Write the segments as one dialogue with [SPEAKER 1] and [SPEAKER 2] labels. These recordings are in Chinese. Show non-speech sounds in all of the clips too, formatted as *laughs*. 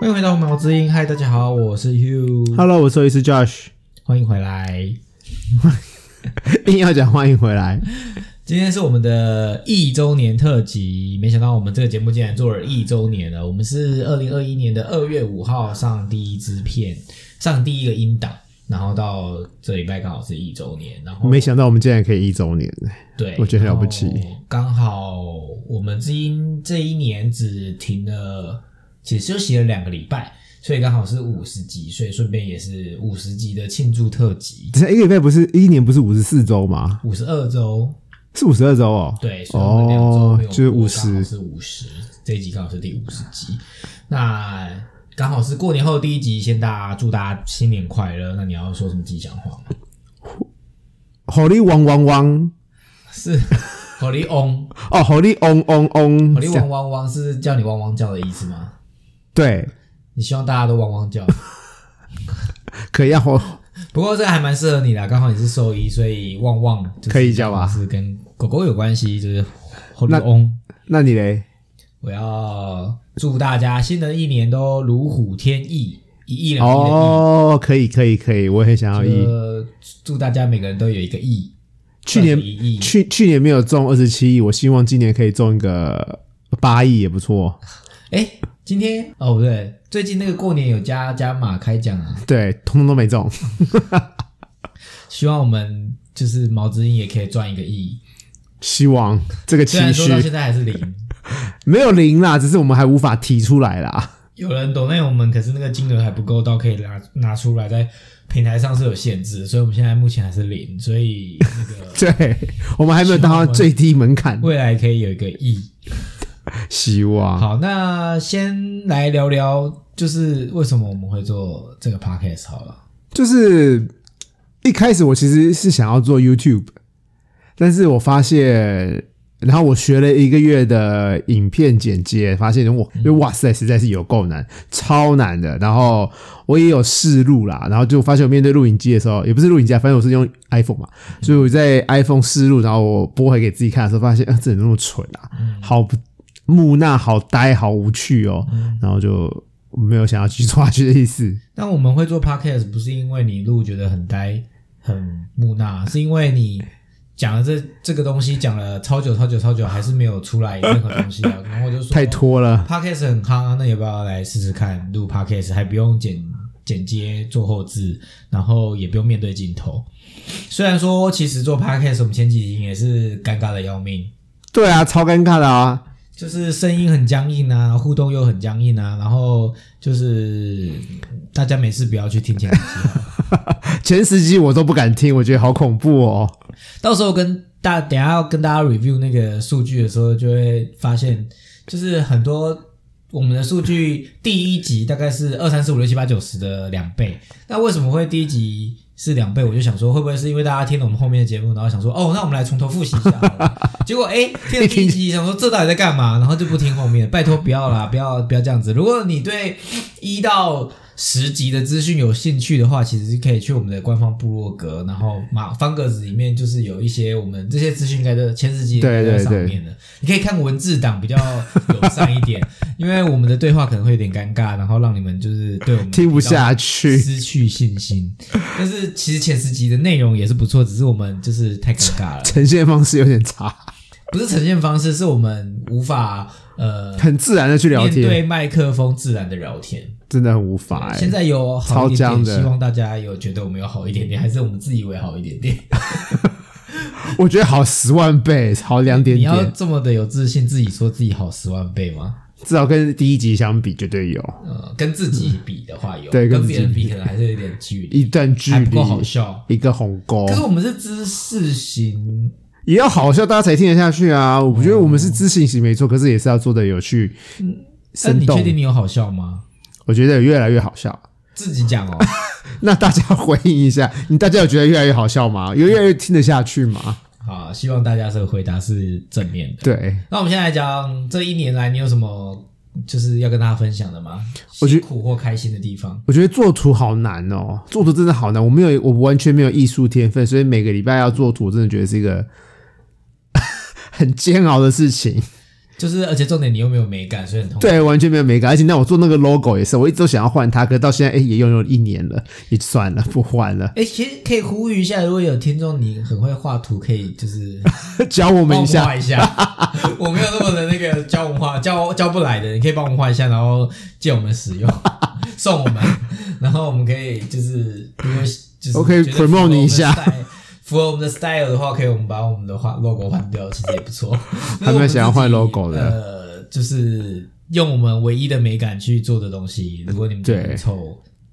[SPEAKER 1] 欢迎回到《毛之音》，嗨，大家好，我是 Hugh，
[SPEAKER 2] Hello，我是兽医师 Josh， *laughs*
[SPEAKER 1] 欢迎回来。
[SPEAKER 2] 硬要讲欢迎回来。
[SPEAKER 1] 今天是我们的一周年特辑，没想到我们这个节目竟然做了一周年了。我们是二零二一年的二月五号上第一支片，上第一个音档，然后到这礼拜刚好是一周年，然后
[SPEAKER 2] 没想到我们竟然可以一周年，
[SPEAKER 1] 对，
[SPEAKER 2] 我觉得很了不起。
[SPEAKER 1] 刚好我们这一这一年只停了，只休息了两个礼拜，所以刚好是五十集，所以顺便也是五十集的庆祝特辑，
[SPEAKER 2] 等一下一个礼拜不是一年不是五十四周吗？
[SPEAKER 1] 五十二周。
[SPEAKER 2] 是五十二周哦。
[SPEAKER 1] 对，所以我们两周
[SPEAKER 2] 哦
[SPEAKER 1] 没有，
[SPEAKER 2] 就是
[SPEAKER 1] 播刚
[SPEAKER 2] 五
[SPEAKER 1] 好
[SPEAKER 2] 十。
[SPEAKER 1] 是五十，这一集刚好是第五十集，那刚好是过年后第一集，先大家祝大家新年快乐。那你要说什么吉祥话吗？
[SPEAKER 2] 火力汪汪汪
[SPEAKER 1] 是火力嗡，
[SPEAKER 2] 哦，火力嗡嗡嗡
[SPEAKER 1] 火，力汪汪汪是叫你汪汪叫的意思吗？
[SPEAKER 2] 对，
[SPEAKER 1] 你希望大家都汪汪叫，
[SPEAKER 2] 可以啊，火
[SPEAKER 1] 不过这个还蛮适合你的，刚好你是兽医，所以汪汪就是
[SPEAKER 2] 可以叫吧
[SPEAKER 1] 是跟狗狗有关系，就是火力
[SPEAKER 2] 那
[SPEAKER 1] 嗡。
[SPEAKER 2] 那你嘞？
[SPEAKER 1] 我要祝大家新的一年都如虎添翼，一亿两亿的亿。
[SPEAKER 2] 哦，可以可以可以，我也很想要一。
[SPEAKER 1] 呃，祝大家每个人都有一个亿，
[SPEAKER 2] 去年
[SPEAKER 1] 赚一亿，
[SPEAKER 2] 去去年没有中二十七亿，我希望今年可以中一个八亿也不错。
[SPEAKER 1] 哎，今天哦不对，最近那个过年有加加码开奖啊，
[SPEAKER 2] 对，通通都没中。
[SPEAKER 1] 希望我们就是毛之音也可以赚一个亿，
[SPEAKER 2] 希望这个
[SPEAKER 1] 虽
[SPEAKER 2] 期
[SPEAKER 1] 然说到
[SPEAKER 2] 许
[SPEAKER 1] 现在还是零，
[SPEAKER 2] 没有零啦，只是我们还无法提出来啦。 *laughs*
[SPEAKER 1] 有人懂那我们，可是那个金额还不够到可以拿拿出来，在平台上是有限制，所以我们现在目前还是零，所以那个
[SPEAKER 2] 对，我们还没有达到最低门槛。
[SPEAKER 1] 未来可以有一个亿。
[SPEAKER 2] 希望
[SPEAKER 1] 好，那先来聊聊，就是为什么我们会做这个 podcast 好了。
[SPEAKER 2] 就是一开始我其实是想要做 YouTube，但是我发现，然后我学了一个月的影片剪接，发现我因为哇塞，实在是有够难，超难的。然后我也有试录啦，然后就发现我面对录影机的时候，也不是录影机啊，反正我是用 iPhone 嘛，所以我在 iPhone 试录，然后我播回给自己看的时候，发现啊，这人那么蠢啊，好不木讷，好呆，好无趣哦，然后就没有想要继续做下去的意思。
[SPEAKER 1] 那我们会做 podcast 不是因为你录觉得很呆、很木讷，是因为你讲了这这个东西讲了超久、超久、超久，还是没有出来任何东西啊。然后我就说
[SPEAKER 2] 太拖了。
[SPEAKER 1] podcast 很夯啊，那要不要来试试看录 podcast？还不用剪剪接、做后置，然后也不用面对镜头。虽然说其实做 podcast 我们前几集也是尴尬的要命，
[SPEAKER 2] 对啊，超尴尬的啊！
[SPEAKER 1] 就是声音很僵硬啊，互动又很僵硬啊，然后就是大家没事不要去听前几集好了。
[SPEAKER 2] 前十集我都不敢听，我觉得好恐怖哦。
[SPEAKER 1] 到时候跟大等一下要跟大家 review 那个数据的时候，就会发现，就是很多我们的数据第一集大概是二三四五六七八九十的两倍。那为什么会第一集是两倍？我就想说，会不会是因为大家听了我们后面的节目，然后想说，哦，那我们来从头复习一下好了。结果哎、诶听了第一集，想说这到底在干嘛，然后就不听后面。拜托不要
[SPEAKER 2] *laughs*
[SPEAKER 1] 啦，不要不要这样子。如果你对一到十集的资讯有兴趣的话，其实是可以去我们的官方部落格，然后马方格子里面就是有一些我们这些资讯应该都前十集应该都在上面的，你可以看文字档比较友善一点，因为我们的对话可能会有点尴尬，然后让你们就是对我们
[SPEAKER 2] 听不下
[SPEAKER 1] 比较
[SPEAKER 2] 去，
[SPEAKER 1] 失去信心。但是其实前十集的内容也是不错，只是我们就是太尴尬了，
[SPEAKER 2] 呈现方式有点差，
[SPEAKER 1] 不是呈现方式，是我们无法呃
[SPEAKER 2] 很自然的去聊
[SPEAKER 1] 面对
[SPEAKER 2] 天，
[SPEAKER 1] 麦克风自然的聊天。
[SPEAKER 2] 真的很无法哎、
[SPEAKER 1] 现在有好一
[SPEAKER 2] 超
[SPEAKER 1] 点
[SPEAKER 2] 僵
[SPEAKER 1] 点，
[SPEAKER 2] 的
[SPEAKER 1] 希望大家有觉得我们有好一点点，还是我们自以为好一点
[SPEAKER 2] *laughs*
[SPEAKER 1] 点？
[SPEAKER 2] 我觉得好十万倍，好两点
[SPEAKER 1] 你要
[SPEAKER 2] 点，
[SPEAKER 1] 这么的有自信，自己说自己好十万倍吗？
[SPEAKER 2] 至少跟第一集相比，绝对有
[SPEAKER 1] 呃，跟自己比的话有，
[SPEAKER 2] 嗯对跟
[SPEAKER 1] 跟
[SPEAKER 2] 自
[SPEAKER 1] 别
[SPEAKER 2] 己
[SPEAKER 1] 人比可能还是有点距离，
[SPEAKER 2] *laughs* 一段距
[SPEAKER 1] 还不
[SPEAKER 2] 离
[SPEAKER 1] 够，好笑。
[SPEAKER 2] 一个鸿沟
[SPEAKER 1] 可，是我们是知识型，
[SPEAKER 2] 也要好笑，大家才听得下去啊！我觉得我们是知性型没错，可是也是要做的有趣、
[SPEAKER 1] 嗯但
[SPEAKER 2] 生
[SPEAKER 1] 你确
[SPEAKER 2] 动。
[SPEAKER 1] 定你有好笑吗？
[SPEAKER 2] 我觉得有越来越好笑。
[SPEAKER 1] 自己讲哦。
[SPEAKER 2] 那大家回应一下，你大家有觉得越来越好笑吗？有越来越听得下去吗？
[SPEAKER 1] 好，希望大家这个回答是正面的。
[SPEAKER 2] 对，
[SPEAKER 1] 那我们现在来讲这一年来，你有什么就是要跟大家分享的吗？
[SPEAKER 2] 我觉
[SPEAKER 1] 辛苦或开心的地方，
[SPEAKER 2] 我觉得做图好难哦，做图真的好难。我没有，我完全没有艺术天分，所以每 *laughs* 个礼拜要做图，我真的觉得是一个很煎熬的事情。
[SPEAKER 1] 就是而且重点你又没有美感，所以很痛苦。
[SPEAKER 2] 对，完全没有美感。而且那我做那个 logo 也是，我一直都想要换它，可是到现在哎、也用用一年了，也算了，不换了。 *laughs*
[SPEAKER 1] 哎，其实可以呼吁一下，如果有听众你很会画图，可以就是
[SPEAKER 2] 教我
[SPEAKER 1] 帮我
[SPEAKER 2] 们一
[SPEAKER 1] 们
[SPEAKER 2] 下，
[SPEAKER 1] 画一下。
[SPEAKER 2] *laughs*
[SPEAKER 1] 我没有那么的那个教我们画，教教不来的，你可以帮我们画一下，然后借我们使
[SPEAKER 2] *laughs*
[SPEAKER 1] 用，送我们，然后我们可以就是如果就是
[SPEAKER 2] 我可以
[SPEAKER 1] 觉得
[SPEAKER 2] promote 你一下
[SPEAKER 1] 符合我们的 style。符合我们的 style 的话，可以我们把我们的画 logo 换掉，其实也不错。
[SPEAKER 2] *laughs* 还没有想要换 logo 的
[SPEAKER 1] 呃，就是用我们唯一的美感去做的东西。如果你们觉得很
[SPEAKER 2] 对
[SPEAKER 1] 臭，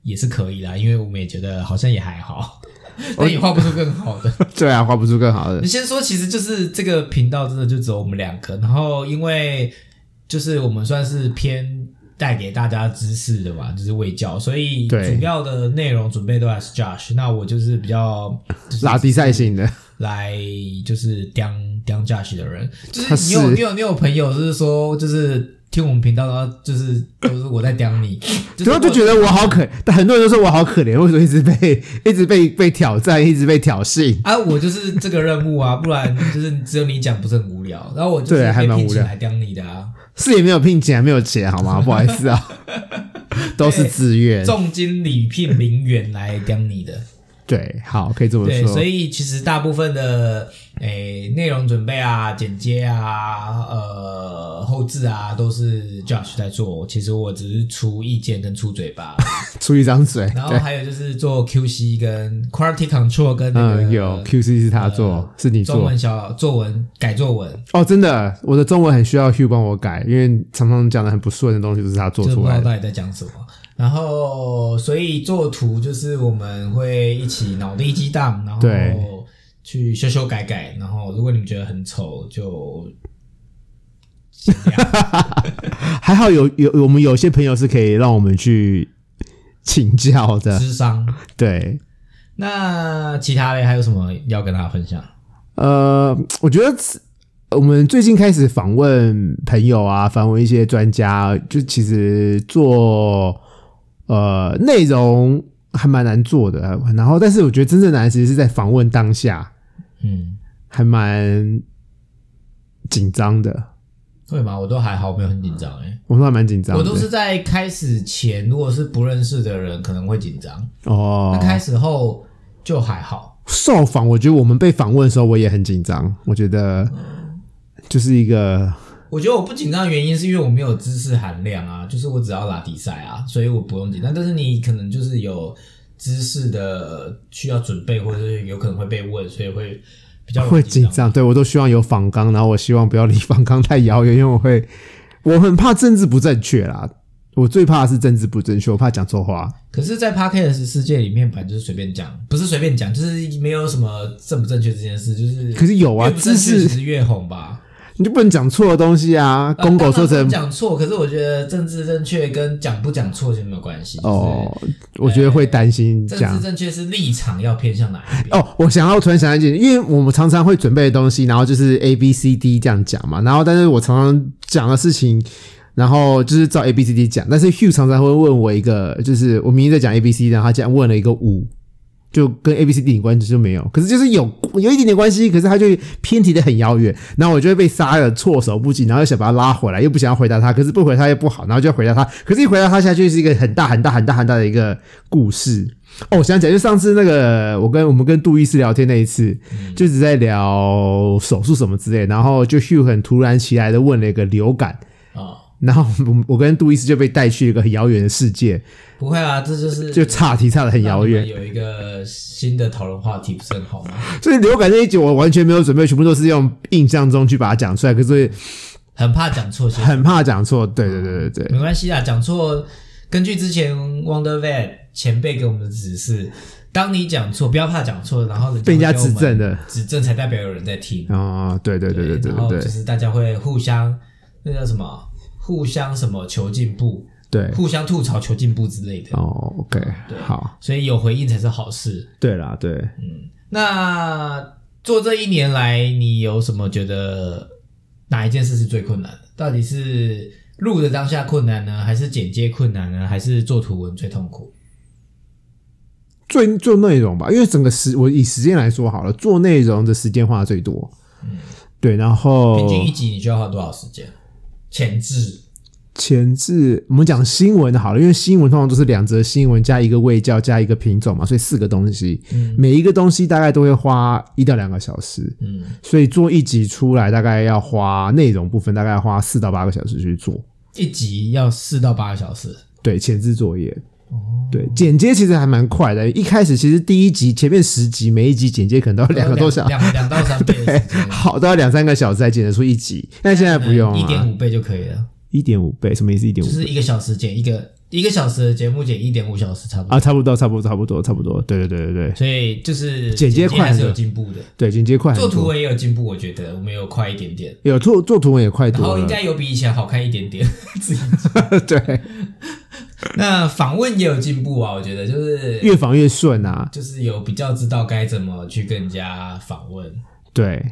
[SPEAKER 1] 也是可以啦，因为我们也觉得好像也还好， *laughs* 但也画不出更好的。
[SPEAKER 2] 对啊，画不出更好的
[SPEAKER 1] 你。先说，其实就是这个频道真的就只有我们两个，然后因为就是我们算是偏带给大家知识的嘛，就是卫教，所以
[SPEAKER 2] 对
[SPEAKER 1] 主要的内容准备都还是 Josh，那我就是比较就是
[SPEAKER 2] 拉低赛型的，
[SPEAKER 1] 来就是当当 Josh 的人，就
[SPEAKER 2] 他
[SPEAKER 1] 是你
[SPEAKER 2] 是
[SPEAKER 1] 有你有你有朋友就是说就是。听我们频道，然后就是都是我在刁你， *laughs* 就是
[SPEAKER 2] 啊然后就
[SPEAKER 1] 我
[SPEAKER 2] 觉得我好可，但很多人都说我好可怜，为什么一直被一直被被挑战，一直被挑衅？
[SPEAKER 1] 啊，我就是这个任务啊，不然就是只有你讲，不是很无聊。然后我就是
[SPEAKER 2] 对还
[SPEAKER 1] 被
[SPEAKER 2] 蛮
[SPEAKER 1] 聘
[SPEAKER 2] 无
[SPEAKER 1] 请
[SPEAKER 2] 聊
[SPEAKER 1] 来刁你的啊，
[SPEAKER 2] 是也没有聘请，还没有钱，好吗？不好意
[SPEAKER 1] *laughs*
[SPEAKER 2] 思啊，都是自愿。
[SPEAKER 1] 重金礼聘名媛来刁你的。
[SPEAKER 2] 对，好，可以这么
[SPEAKER 1] 对，
[SPEAKER 2] 说
[SPEAKER 1] 所。以其实大部分的诶内容准备啊、剪接啊、呃后置啊，都是 Josh 在做。其实我只是出意见跟出嘴
[SPEAKER 2] *laughs*
[SPEAKER 1] 巴，
[SPEAKER 2] 出一张嘴，
[SPEAKER 1] 然后
[SPEAKER 2] 对，
[SPEAKER 1] 还有就是做 QC 跟 Quality Control 跟那个、呃
[SPEAKER 2] 嗯，有 QC 是他做，是你
[SPEAKER 1] 中
[SPEAKER 2] 做
[SPEAKER 1] 文小作文改作文，
[SPEAKER 2] 哦，真的，我的中文很需要 Hugh 帮我改，因为常常讲的很不顺的东西都是他做
[SPEAKER 1] 就是
[SPEAKER 2] 出
[SPEAKER 1] 不知
[SPEAKER 2] 来
[SPEAKER 1] 道
[SPEAKER 2] 的。
[SPEAKER 1] 到底在讲什么。然后，所以做图就是我们会一起脑力激荡，然
[SPEAKER 2] 对
[SPEAKER 1] 后去修修改改。然后，如果你们觉得很丑，就尽量
[SPEAKER 2] 还好有有我们有些朋友是可以让我们去请教
[SPEAKER 1] *laughs*
[SPEAKER 2] 的，
[SPEAKER 1] 智商。
[SPEAKER 2] 对，
[SPEAKER 1] 那其他嘞还有什么要跟大家分享？
[SPEAKER 2] 呃，我觉得此我们最近开始访问朋友啊，访问一些专家，就其实做呃内容还蛮难做的。然后，但是我觉得真正难其实是在访问当下，
[SPEAKER 1] 嗯，
[SPEAKER 2] 还蛮紧张的。
[SPEAKER 1] 会吗？我都还好，没有很紧张哎。
[SPEAKER 2] 我说还蛮紧张的，
[SPEAKER 1] 我都是在开始前，如果是不认识的人，可能会紧张。
[SPEAKER 2] 哦
[SPEAKER 1] 那。开始后就还好。
[SPEAKER 2] 受访，我觉得我们被访问的时候，我也很紧张。我觉得就是一个
[SPEAKER 1] 我觉得我不紧张的原因是因为我没有知识含量啊，就是我只要拉比赛啊，所以我不用紧张。但是你可能就是有知识的呃需要准备，或者是有可能会被问，所以会比较容易
[SPEAKER 2] 会紧。张，对我都希望有仿纲，然后我希望不要离仿纲太遥远，因为 *laughs* 我会，我很怕政治不正确啦。我最怕的是政治不正确，我怕讲错话。
[SPEAKER 1] 可是，在 podcast 世界里面，反正就是随便讲，不是随便讲，就是没有什么正不正确这件事，就是
[SPEAKER 2] 可是有啊
[SPEAKER 1] 哎越不正确
[SPEAKER 2] 知识
[SPEAKER 1] 其实越红吧。
[SPEAKER 2] 你就不能讲错的东西啊！
[SPEAKER 1] 呃
[SPEAKER 2] 公狗
[SPEAKER 1] 当然
[SPEAKER 2] 说
[SPEAKER 1] 不能
[SPEAKER 2] 成
[SPEAKER 1] 讲错，可是我觉得政治正确跟讲不讲错其实没有关系。
[SPEAKER 2] 哦，我觉得会担心
[SPEAKER 1] 就是哎政
[SPEAKER 2] 讲
[SPEAKER 1] 治正确是立场要偏向哪一边。
[SPEAKER 2] 哦。我想要突然想到一件，因为我们常常会准备的东西，然后就是 A B C D 这样讲嘛，然后但是我常常讲的事情。然后就是照 A B C D 讲，但是 Hugh 常常会问我一个，就是我明明在讲 A B C，然后他竟然问了一个五，就跟 A B C D 关系就没有，可是就是有有一点点关系，可是他就偏题的很遥远，然后我就会被杀的措手不及，然后又想把他拉回来，又不想要回答他，可是不回答他又不好，然后就要回答他，可是一回答他下去是一个很大很大很大很大的一个故事。哦，我想起来，就上次那个我跟我们跟杜医师聊天那一次，就只在聊手术什么之类，然后就 Hugh 很突然其来的问了一个流感，
[SPEAKER 1] 哦，
[SPEAKER 2] 然后我我跟杜医师就被带去一个很遥远的世界，
[SPEAKER 1] 不会啊，这就是
[SPEAKER 2] 就岔题岔的很遥远
[SPEAKER 1] 那。你们有一个新的讨论话题，不是很
[SPEAKER 2] *laughs*
[SPEAKER 1] 好吗？
[SPEAKER 2] 所以流感这一集我完全没有准备，全部都是用印象中去把它讲出来，可是
[SPEAKER 1] 很怕讲错
[SPEAKER 2] *laughs*
[SPEAKER 1] 些，
[SPEAKER 2] 很怕讲错。对对对对对，
[SPEAKER 1] 没关系啦，讲错。根据之前 Wonder Vet 前辈给我们的指示，当你讲错，不要怕讲错，然后
[SPEAKER 2] 被人家指
[SPEAKER 1] 会
[SPEAKER 2] 正
[SPEAKER 1] 给我
[SPEAKER 2] 的
[SPEAKER 1] 们，指正才代表有人在听。
[SPEAKER 2] 啊、对对对对对
[SPEAKER 1] 然后
[SPEAKER 2] 对
[SPEAKER 1] 就
[SPEAKER 2] 对
[SPEAKER 1] 是大家会互相，那叫什么？互相什么求进步，
[SPEAKER 2] 对。
[SPEAKER 1] 互相吐槽求进步之类的。
[SPEAKER 2] 哦，OK，好，
[SPEAKER 1] 所以有回应才是好事。
[SPEAKER 2] 对啦，对，
[SPEAKER 1] 那做这一年来，你有什么觉得哪一件事是最困难的？到底是录的当下困难呢，还是剪接困难呢，还是做图文最痛苦？
[SPEAKER 2] 做做内容吧，因为整个时我以时间来说好了，做内容的时间花的最多，对，然后
[SPEAKER 1] 平均一集你需要花多少时间？前置，
[SPEAKER 2] 前置，我们讲新闻好了，因为新闻通常都是两则新闻加一个味教加一个品种嘛，所以四个东西，每一个东西大概都会花一到两个小时，
[SPEAKER 1] 嗯，
[SPEAKER 2] 所以做一集出来大概要花内容部分大概要花四到八个小时去做，
[SPEAKER 1] 一集要四到八个小时。
[SPEAKER 2] 对，前置作业。对，剪接其实还蛮快的。一开始其实第一集前面十集，每一集剪接可能都要两个多小时，，
[SPEAKER 1] 两两到三倍的时间
[SPEAKER 2] *laughs*
[SPEAKER 1] 嗯
[SPEAKER 2] 好都要两三个小时才剪得出一集。但现在不用
[SPEAKER 1] 一点
[SPEAKER 2] 啊，
[SPEAKER 1] 五倍就可以了，
[SPEAKER 2] 一点五倍什么意思？一点
[SPEAKER 1] 就
[SPEAKER 2] 五
[SPEAKER 1] 是一个小时剪一个一个小时的节目剪一点五小时差不多。
[SPEAKER 2] 啊，差不多，差不多，差不多，差不多。对对对对对
[SPEAKER 1] 所以就是
[SPEAKER 2] 剪接快
[SPEAKER 1] 还是有
[SPEAKER 2] 乐
[SPEAKER 1] 进步的，
[SPEAKER 2] 对，剪接快很
[SPEAKER 1] 做
[SPEAKER 2] 多。
[SPEAKER 1] 图文也有进步，我觉得我们有快一点点，
[SPEAKER 2] 有做做图文也快
[SPEAKER 1] 然
[SPEAKER 2] 多
[SPEAKER 1] 后应
[SPEAKER 2] 了，
[SPEAKER 1] 该有比以前好看一点点。自己
[SPEAKER 2] 对，
[SPEAKER 1] 那访问也有进步啊，我觉得就是
[SPEAKER 2] 越访越顺啊。
[SPEAKER 1] 就是有比较知道该怎么去跟人家访问。
[SPEAKER 2] 对，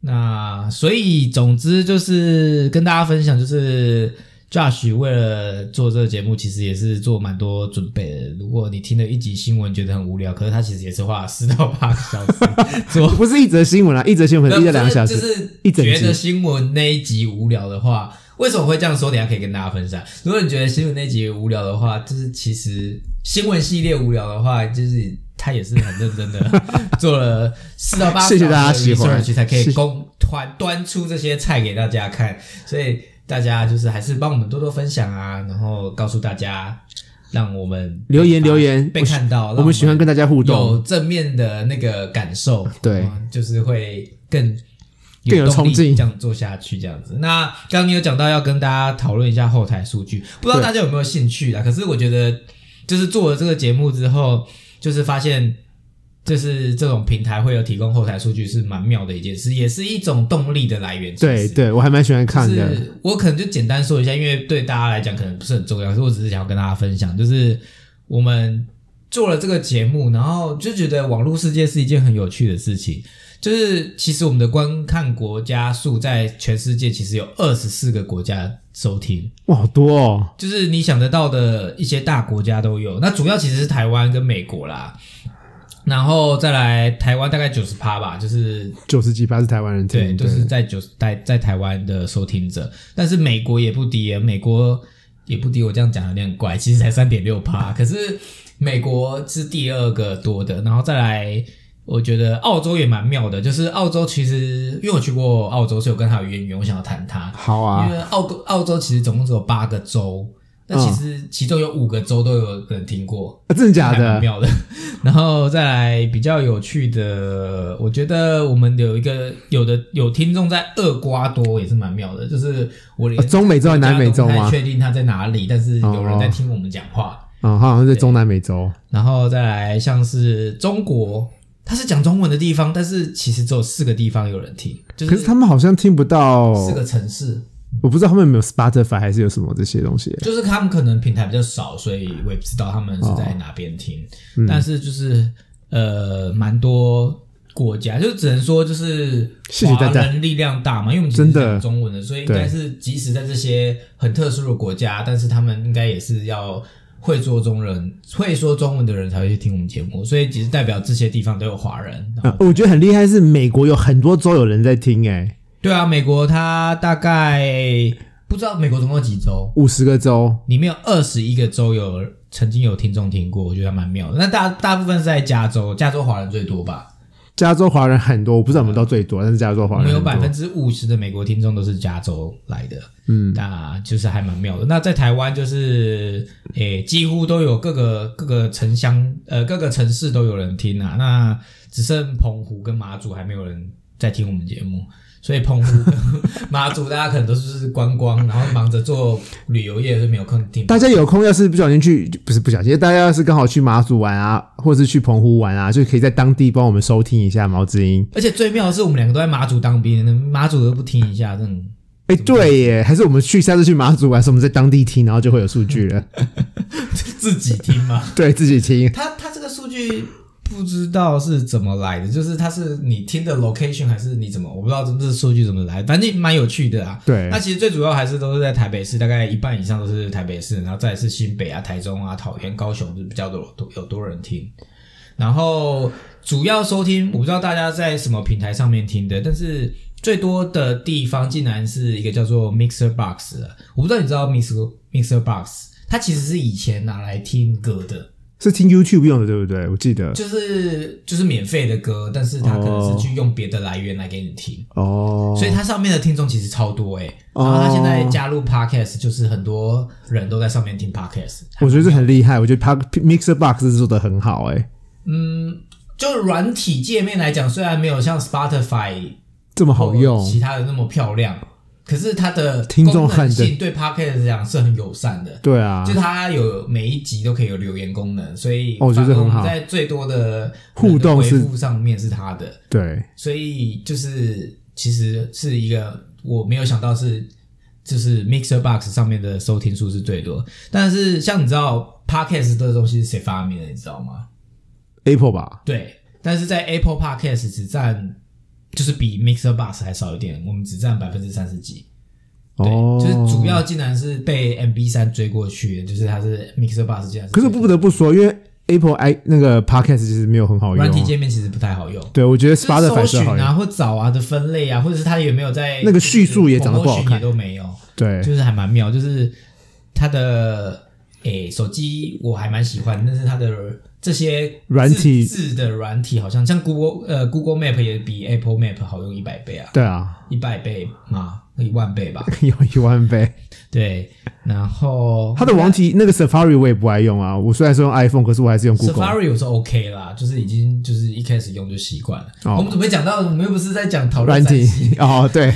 [SPEAKER 1] 那所以总之就是跟大家分享，就是 Josh 为了做这个节目，其实也是做蛮多准备的。如果你听了一集新闻觉得很无聊，可是他其实也是花了四到八个小时做。
[SPEAKER 2] 不是一则新闻啊，一则新闻可能一到两个小
[SPEAKER 1] 就
[SPEAKER 2] 时。
[SPEAKER 1] 是
[SPEAKER 2] 一整集
[SPEAKER 1] 觉得新闻那一集无聊的话，为什么会这样说？等一下可以跟大家分享。如果你觉得新闻那集无聊的话，就是其实新闻系列无聊的话，就是他也是很认真的 *laughs* 做了四到八
[SPEAKER 2] 谢谢大家喜欢
[SPEAKER 1] 去才可以
[SPEAKER 2] 谢谢
[SPEAKER 1] 供团端出这些菜给大家看，所以大家就是还是帮我们多多分享啊，然后告诉大家，让我们
[SPEAKER 2] 留言
[SPEAKER 1] 被发
[SPEAKER 2] 留言
[SPEAKER 1] 被看到，让
[SPEAKER 2] 我们喜欢跟大家互动，
[SPEAKER 1] 有正面的那个感受，
[SPEAKER 2] 对
[SPEAKER 1] 嗯，就是会更
[SPEAKER 2] 更有
[SPEAKER 1] 动力
[SPEAKER 2] 冲劲
[SPEAKER 1] 这样做下去这样子。那刚刚你有讲到要跟大家讨论一下后台数据，不知道
[SPEAKER 2] 对
[SPEAKER 1] 大家有没有兴趣啦？可是我觉得，就是做了这个节目之后，就是发现。就是这种平台会有提供后台数据是蛮妙的一件事，也是一种动力的来源。其
[SPEAKER 2] 对
[SPEAKER 1] 实
[SPEAKER 2] 对，我还蛮喜欢看的。
[SPEAKER 1] 就是我可能就简单说一下，因为对大家来讲可能不是很重要，可是我只是想要跟大家分享，就是我们做了这个节目，然后就觉得网络世界是一件很有趣的事情。就是其实我们的观看国家数在全世界其实有二十四个国家收听，
[SPEAKER 2] 哇，好多哦，
[SPEAKER 1] 就是你想得到的一些大国家都有。那主要其实是台湾跟美国啦，然后再来台湾大概九十趴吧，就是
[SPEAKER 2] 九十几趴是台湾人
[SPEAKER 1] 对，
[SPEAKER 2] 听，
[SPEAKER 1] 就
[SPEAKER 2] 嗯对，
[SPEAKER 1] 是在九在在台湾的收听者，但是美国也不低耶，美国也不低。我这样讲有点怪，其实才三点六
[SPEAKER 2] *laughs*
[SPEAKER 1] 趴，可是美国是第二个多的，然后再来，我觉得澳洲也蛮妙的，就是澳洲其实因为我去过澳洲，所以我跟他有渊源，我想要谈他，
[SPEAKER 2] 好
[SPEAKER 1] 因
[SPEAKER 2] 啊，
[SPEAKER 1] 为澳澳洲其实总共只有八个州，那其实
[SPEAKER 2] 嗯
[SPEAKER 1] 其中有五个州都有人听过，
[SPEAKER 2] 啊真的假
[SPEAKER 1] 还蛮
[SPEAKER 2] 的？
[SPEAKER 1] 妙的。 *laughs* 然后再来比较有趣的，我觉得我们有一个有的有听众在厄瓜多也是蛮妙的，就是我连
[SPEAKER 2] 啊中美洲还是南美洲
[SPEAKER 1] 国家都不
[SPEAKER 2] 吗哦
[SPEAKER 1] 太？确定他在哪里，但是有人在听我们讲话。
[SPEAKER 2] 嗯，好像是中南美洲。
[SPEAKER 1] 然后再来像是中国，它是讲中文的地方，但是其实只有四个地方有人听，就
[SPEAKER 2] 可
[SPEAKER 1] 是
[SPEAKER 2] 是他们好像听不到，
[SPEAKER 1] 四个城市，
[SPEAKER 2] 我不知道他们有没有 Spotify 还是有什么这些东西。
[SPEAKER 1] 就是他们可能平台比较少，所以我也不知道他们是在哪边听，
[SPEAKER 2] 嗯
[SPEAKER 1] 但是就是呃，蛮多国家，就只能说就是
[SPEAKER 2] 谢谢大家
[SPEAKER 1] 华人力量大嘛，因为我们其实
[SPEAKER 2] 真的
[SPEAKER 1] 讲中文的，所以应该是即使在这些很特殊的国家，但是他们应该也是要。会说中人，会说中文的人才会去听我们节目，所以其实代表这些地方都有华人。然后
[SPEAKER 2] 嗯，我觉得很厉害，是美国有很多州有人在听、哎，
[SPEAKER 1] 对啊，美国它大概不知道美国总共有几州，
[SPEAKER 2] 五十个州，
[SPEAKER 1] 里面有二十一个州有曾经有听众听过，我觉得还蛮妙的。那大大部分是在加州，加州华人最多吧？
[SPEAKER 2] 加州华人很多，我不知道有没有到最多，但是加州
[SPEAKER 1] 我
[SPEAKER 2] 华人
[SPEAKER 1] 们嗯
[SPEAKER 2] 很
[SPEAKER 1] 有
[SPEAKER 2] 多
[SPEAKER 1] 百分之五十的美国听众都是加州来的，
[SPEAKER 2] 嗯，
[SPEAKER 1] 那就是还蛮妙的。那在台湾就是，诶、几乎都有各个各个城乡呃各个城市都有人听啊，那只剩澎湖跟马祖还没有人在听我们节目。所以澎湖、跟 *laughs* 马祖，大家可能都是观光，然后忙着做旅游业，所以没有空听。
[SPEAKER 2] 大家有空要是不小心去，不是不小心，大家要是刚好去马祖玩啊，或是去澎湖玩啊，就可以在当地帮我们收听一下毛知音。
[SPEAKER 1] 而且最妙的是，我们两个都在马祖当兵，马祖都不听一下，这种
[SPEAKER 2] 哎、对耶，还是我们去下次去马祖玩，是我们在当地听，然后就会有数据
[SPEAKER 1] *laughs*
[SPEAKER 2] 了，
[SPEAKER 1] *laughs* 自己听吗？
[SPEAKER 2] 对自己听。
[SPEAKER 1] *laughs* 他他这个数据不知道是怎么来的，就是他是你听的 location 还是你怎么，我不知道这这数据怎么来，反正蛮有趣的啊。
[SPEAKER 2] 对
[SPEAKER 1] 那，其实最主要还是都是在台北市，大概一半以上都是台北市，然后再来是新北啊、台中啊、桃园、高雄，就比较多多有多人听。然后主要收听，我不知道大家在什么平台上面听的，但是最多的地方竟然是一个叫做 Mixer Box 的，我不知道你知道 Mixer Mixer Box，它其实是以前拿来听歌的，
[SPEAKER 2] 是听 YouTube 用的，对不对？我记得
[SPEAKER 1] 就是就是免费的歌，但是它可能
[SPEAKER 2] 哦
[SPEAKER 1] 是去用别的来源来给你听，
[SPEAKER 2] 哦，
[SPEAKER 1] 所以它上面的听众其实超多诶、
[SPEAKER 2] 哦
[SPEAKER 1] 然后它现在加入 Podcast，就是很多人都在上面听 Podcast，
[SPEAKER 2] 我觉得这很厉害，我觉得 Park Mixer Box 是做的很好、哎，
[SPEAKER 1] 就软体界面来讲，虽然没有像 Spotify
[SPEAKER 2] 这么好用
[SPEAKER 1] 或，其他的那么漂亮，可是它的
[SPEAKER 2] 听众
[SPEAKER 1] 功能
[SPEAKER 2] 很
[SPEAKER 1] 性对 Podcast 来讲是很友善的。
[SPEAKER 2] 对啊
[SPEAKER 1] 就，它有每一集都可以有留言功能，所以
[SPEAKER 2] 哦我觉得
[SPEAKER 1] 反而
[SPEAKER 2] 这很好
[SPEAKER 1] 们在最多的
[SPEAKER 2] 互动是
[SPEAKER 1] 人的回复上面是它的，
[SPEAKER 2] 对，
[SPEAKER 1] 所以就是其实是一个我没有想到是就是 Mixer Box 上面的收听数是最多，但是像你知道 Podcast 这个东西是谁发明的，你知道吗？
[SPEAKER 2] Apple 吧，
[SPEAKER 1] 对，但是在 Apple Podcast 只占就是比 Mixer Box 还少一点，我们只占百分之三十几。对，
[SPEAKER 2] 哦，
[SPEAKER 1] 就是主。要竟然是被 MB 三追过去的，就是它是 Mixer Bus 竟然是
[SPEAKER 2] 可是不得不说，因为 Apple i 那个 Podcast 其实没有很好用
[SPEAKER 1] 软体，界面其实不太好用。
[SPEAKER 2] 对我觉得
[SPEAKER 1] 就是
[SPEAKER 2] Spotify
[SPEAKER 1] 搜
[SPEAKER 2] 是
[SPEAKER 1] 寻
[SPEAKER 2] 好用，
[SPEAKER 1] 啊，或找啊的分类啊，或者是它有没有在
[SPEAKER 2] 那个叙述也长得不好看
[SPEAKER 1] 广播群也都没有，
[SPEAKER 2] 对，
[SPEAKER 1] 就是还蛮妙。就是它的诶、手机我还蛮喜欢，但是它的这些自
[SPEAKER 2] 软体
[SPEAKER 1] 自的软体好像像 Google 呃 Google Map 也比 Apple Map 好用一百倍啊，
[SPEAKER 2] 对啊， *laughs*
[SPEAKER 1] 一百倍嘛，一万倍吧。
[SPEAKER 2] 有一万倍。
[SPEAKER 1] 对，然后
[SPEAKER 2] 它的网
[SPEAKER 1] 啊
[SPEAKER 2] 体那个 Safari 我也不爱用啊，我虽然是用 iPhone，可是我还是用 Google。
[SPEAKER 1] Safari 我是 OK 啦，就是已经就是一开始用就习惯了。
[SPEAKER 2] 哦
[SPEAKER 1] 我们准备讲到，我们又不是在讲讨论
[SPEAKER 2] *laughs* 软体
[SPEAKER 1] 三 C
[SPEAKER 2] *laughs*
[SPEAKER 1] *laughs*
[SPEAKER 2] 哦，对，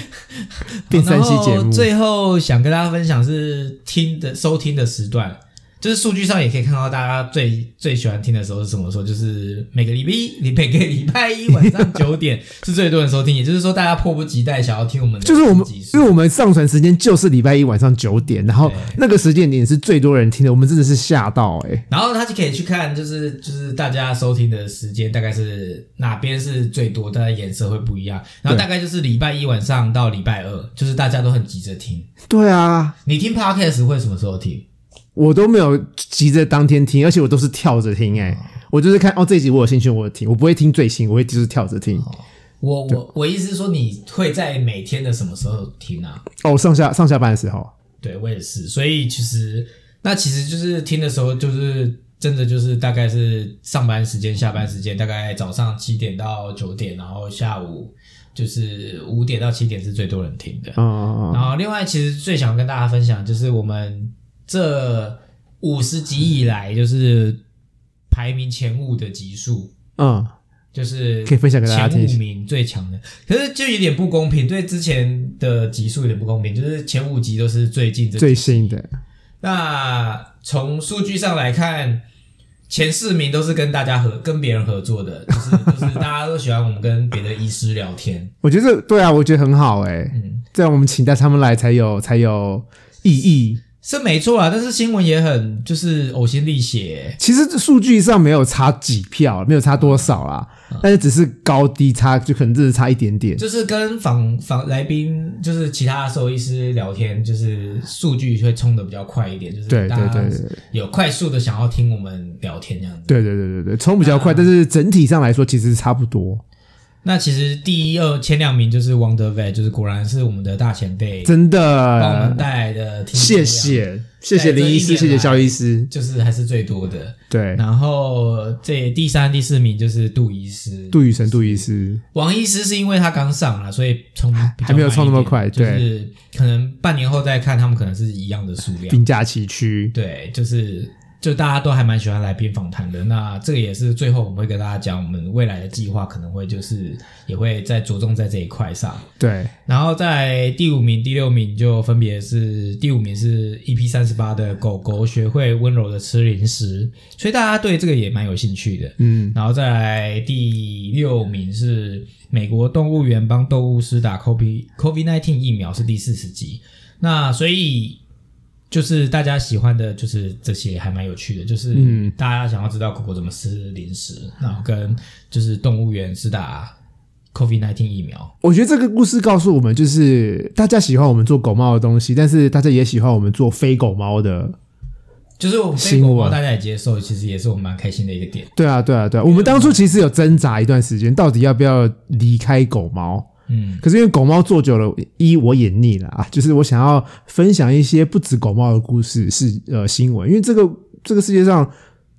[SPEAKER 2] 变三期节
[SPEAKER 1] 然
[SPEAKER 2] 目
[SPEAKER 1] 后，最后想跟大家分享是听的收听的时段，就是数据上也可以看到大家最最喜欢听的时候是什么时候，就是每个礼拜一，每个礼拜一晚上九点
[SPEAKER 2] *laughs*
[SPEAKER 1] 是最多人收听，也就是说大家迫不及待想要听我们的
[SPEAKER 2] 就是我们
[SPEAKER 1] 集，
[SPEAKER 2] 因
[SPEAKER 1] 数
[SPEAKER 2] 为我们上传时间就是礼拜一晚上九点，然后
[SPEAKER 1] 对
[SPEAKER 2] 那个时间点是最多人听的，我们真的是吓到哎、欸
[SPEAKER 1] 然后他就可以去看，就是就是大家收听的时间大概是哪边是最多，大家颜色会不一样。然后大概就是礼拜一晚上到礼拜二，就是大家都很急着听。
[SPEAKER 2] 对啊，
[SPEAKER 1] 你听 podcast 会什么时候听？
[SPEAKER 2] 我都没有急着当天听，而且我都是跳着听哎、我就是看哦这一集我有兴趣我有听，我不会听最新，我会就是跳着听
[SPEAKER 1] 我我我意思是说，你会在每天的什么时候听啊？
[SPEAKER 2] 哦上下上下班的时候，
[SPEAKER 1] 对我也是，所以其实那其实就是听的时候，就是真的就是大概是上班时间、下班时间，大概早上七点到九点，然后下午就是五点到七点是最多人听的。
[SPEAKER 2] 嗯嗯嗯嗯，
[SPEAKER 1] 然后另外，其实最想跟大家分享就是我们这五十集以来，就是排名前五的集数，
[SPEAKER 2] 嗯，
[SPEAKER 1] 就是
[SPEAKER 2] 可以分享给大家听
[SPEAKER 1] 前
[SPEAKER 2] 一
[SPEAKER 1] 五
[SPEAKER 2] 下。
[SPEAKER 1] 名最强的，可是就有点不公平，对之前的集数有点不公平，就是前五集都是最近这
[SPEAKER 2] 最新的
[SPEAKER 1] 那从数据上来看，前四名都是跟大家合跟别人合作的，就是
[SPEAKER 2] *laughs*
[SPEAKER 1] 就是大家都喜欢我们跟别的医师聊天，
[SPEAKER 2] 我觉得这对啊，我觉得很好哎、
[SPEAKER 1] 嗯
[SPEAKER 2] 这样我们请到他们来才有才有意义。
[SPEAKER 1] 是没错啦。但是新闻也很就是呕心沥血、
[SPEAKER 2] 其实这数据上没有差几票，没有差多少啦，但是只是高低差，就可能只是差一点点。
[SPEAKER 1] 就是跟访访来宾，就是其他兽医师聊天，就是数据会冲的比较快一点，就是
[SPEAKER 2] 对对
[SPEAKER 1] 大家
[SPEAKER 2] 对对
[SPEAKER 1] 有快速的想要听我们聊天这样子。
[SPEAKER 2] 对对对对对，冲比较快，但是整体上来说其实差不多，
[SPEAKER 1] 那其实第一二前两名就是 Wonder Vet，就是果然是我们的大前辈
[SPEAKER 2] 真
[SPEAKER 1] 帮我们
[SPEAKER 2] 的，
[SPEAKER 1] 带来的听众
[SPEAKER 2] 哎谢
[SPEAKER 1] 量，在
[SPEAKER 2] 谢谢
[SPEAKER 1] 这
[SPEAKER 2] 谢林
[SPEAKER 1] 一年
[SPEAKER 2] 医师，
[SPEAKER 1] 来
[SPEAKER 2] 谢谢肖医师，
[SPEAKER 1] 就是还是最多的。
[SPEAKER 2] 对，
[SPEAKER 1] 然后这第三、第四名就是杜医师，
[SPEAKER 2] 杜雨神杜医师，
[SPEAKER 1] 王医师是因为他刚上了，所以冲比较
[SPEAKER 2] 还没有冲那么
[SPEAKER 1] 慢一点
[SPEAKER 2] 快
[SPEAKER 1] 就是可能半年后再看，他们可能是一样的数量。
[SPEAKER 2] 并驾齐驱，
[SPEAKER 1] 对，就是就大家都还蛮喜欢来宾访谈的。那这个也是最后我们会跟大家讲，我们未来的计划可能会就是也会再着重在这一块上。
[SPEAKER 2] 对，
[SPEAKER 1] 然后在第五名、第六名就分别是第五名是 EP 三十八的狗狗学会温柔的吃零食，所以大家对这个也蛮有兴趣的。
[SPEAKER 2] 嗯，
[SPEAKER 1] 然后再来第六名是美国动物园帮动物师打 COVID COVID nineteen 疫苗是第四十集，那所以就是大家喜欢的就是这些还蛮有趣的，就是
[SPEAKER 2] 嗯
[SPEAKER 1] 大家想要知道狗狗怎么吃零食，然后跟就是动物园是打 COVID nineteen 疫苗，
[SPEAKER 2] 我觉得这个故事告诉我们，就是大家喜欢我们做狗猫的东西，但是大家也喜欢我们做非狗猫的。
[SPEAKER 1] 就是我们非
[SPEAKER 2] 新
[SPEAKER 1] 狗
[SPEAKER 2] 闻
[SPEAKER 1] 猫大家也接受，其实也是我们蛮开心的一个点。
[SPEAKER 2] 对啊，对啊，对啊！我们当初其实有挣扎一段时间，到底要不要离开狗猫？
[SPEAKER 1] 嗯
[SPEAKER 2] 可是因为狗猫做久了，一我也腻了啊，就是我想要分享一些不止狗猫的故事，是呃新闻，因为这个这个世界上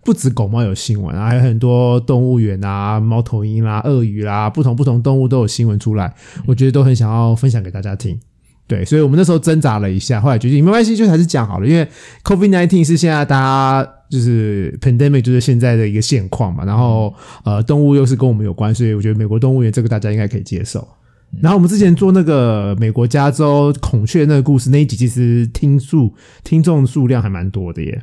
[SPEAKER 2] 不止狗猫有新闻啊，还有很多动物园啊、猫头鹰啦、鳄鱼啦，不同不同动物都有新闻出来，我觉得都很想要分享给大家听。对，所以我们那时候挣扎了一下，后来决定没关系，就还是讲好了，因为 COVID nineteen 是现在大家就是 pandemic 就是现在的一个现况嘛，然后呃动物又是跟我们有关，所以我觉得美国动物园这个大家应该可以接受。然后我们之前做那个美国加州孔雀那个故事那一集，其实听数听众数量还蛮多的耶。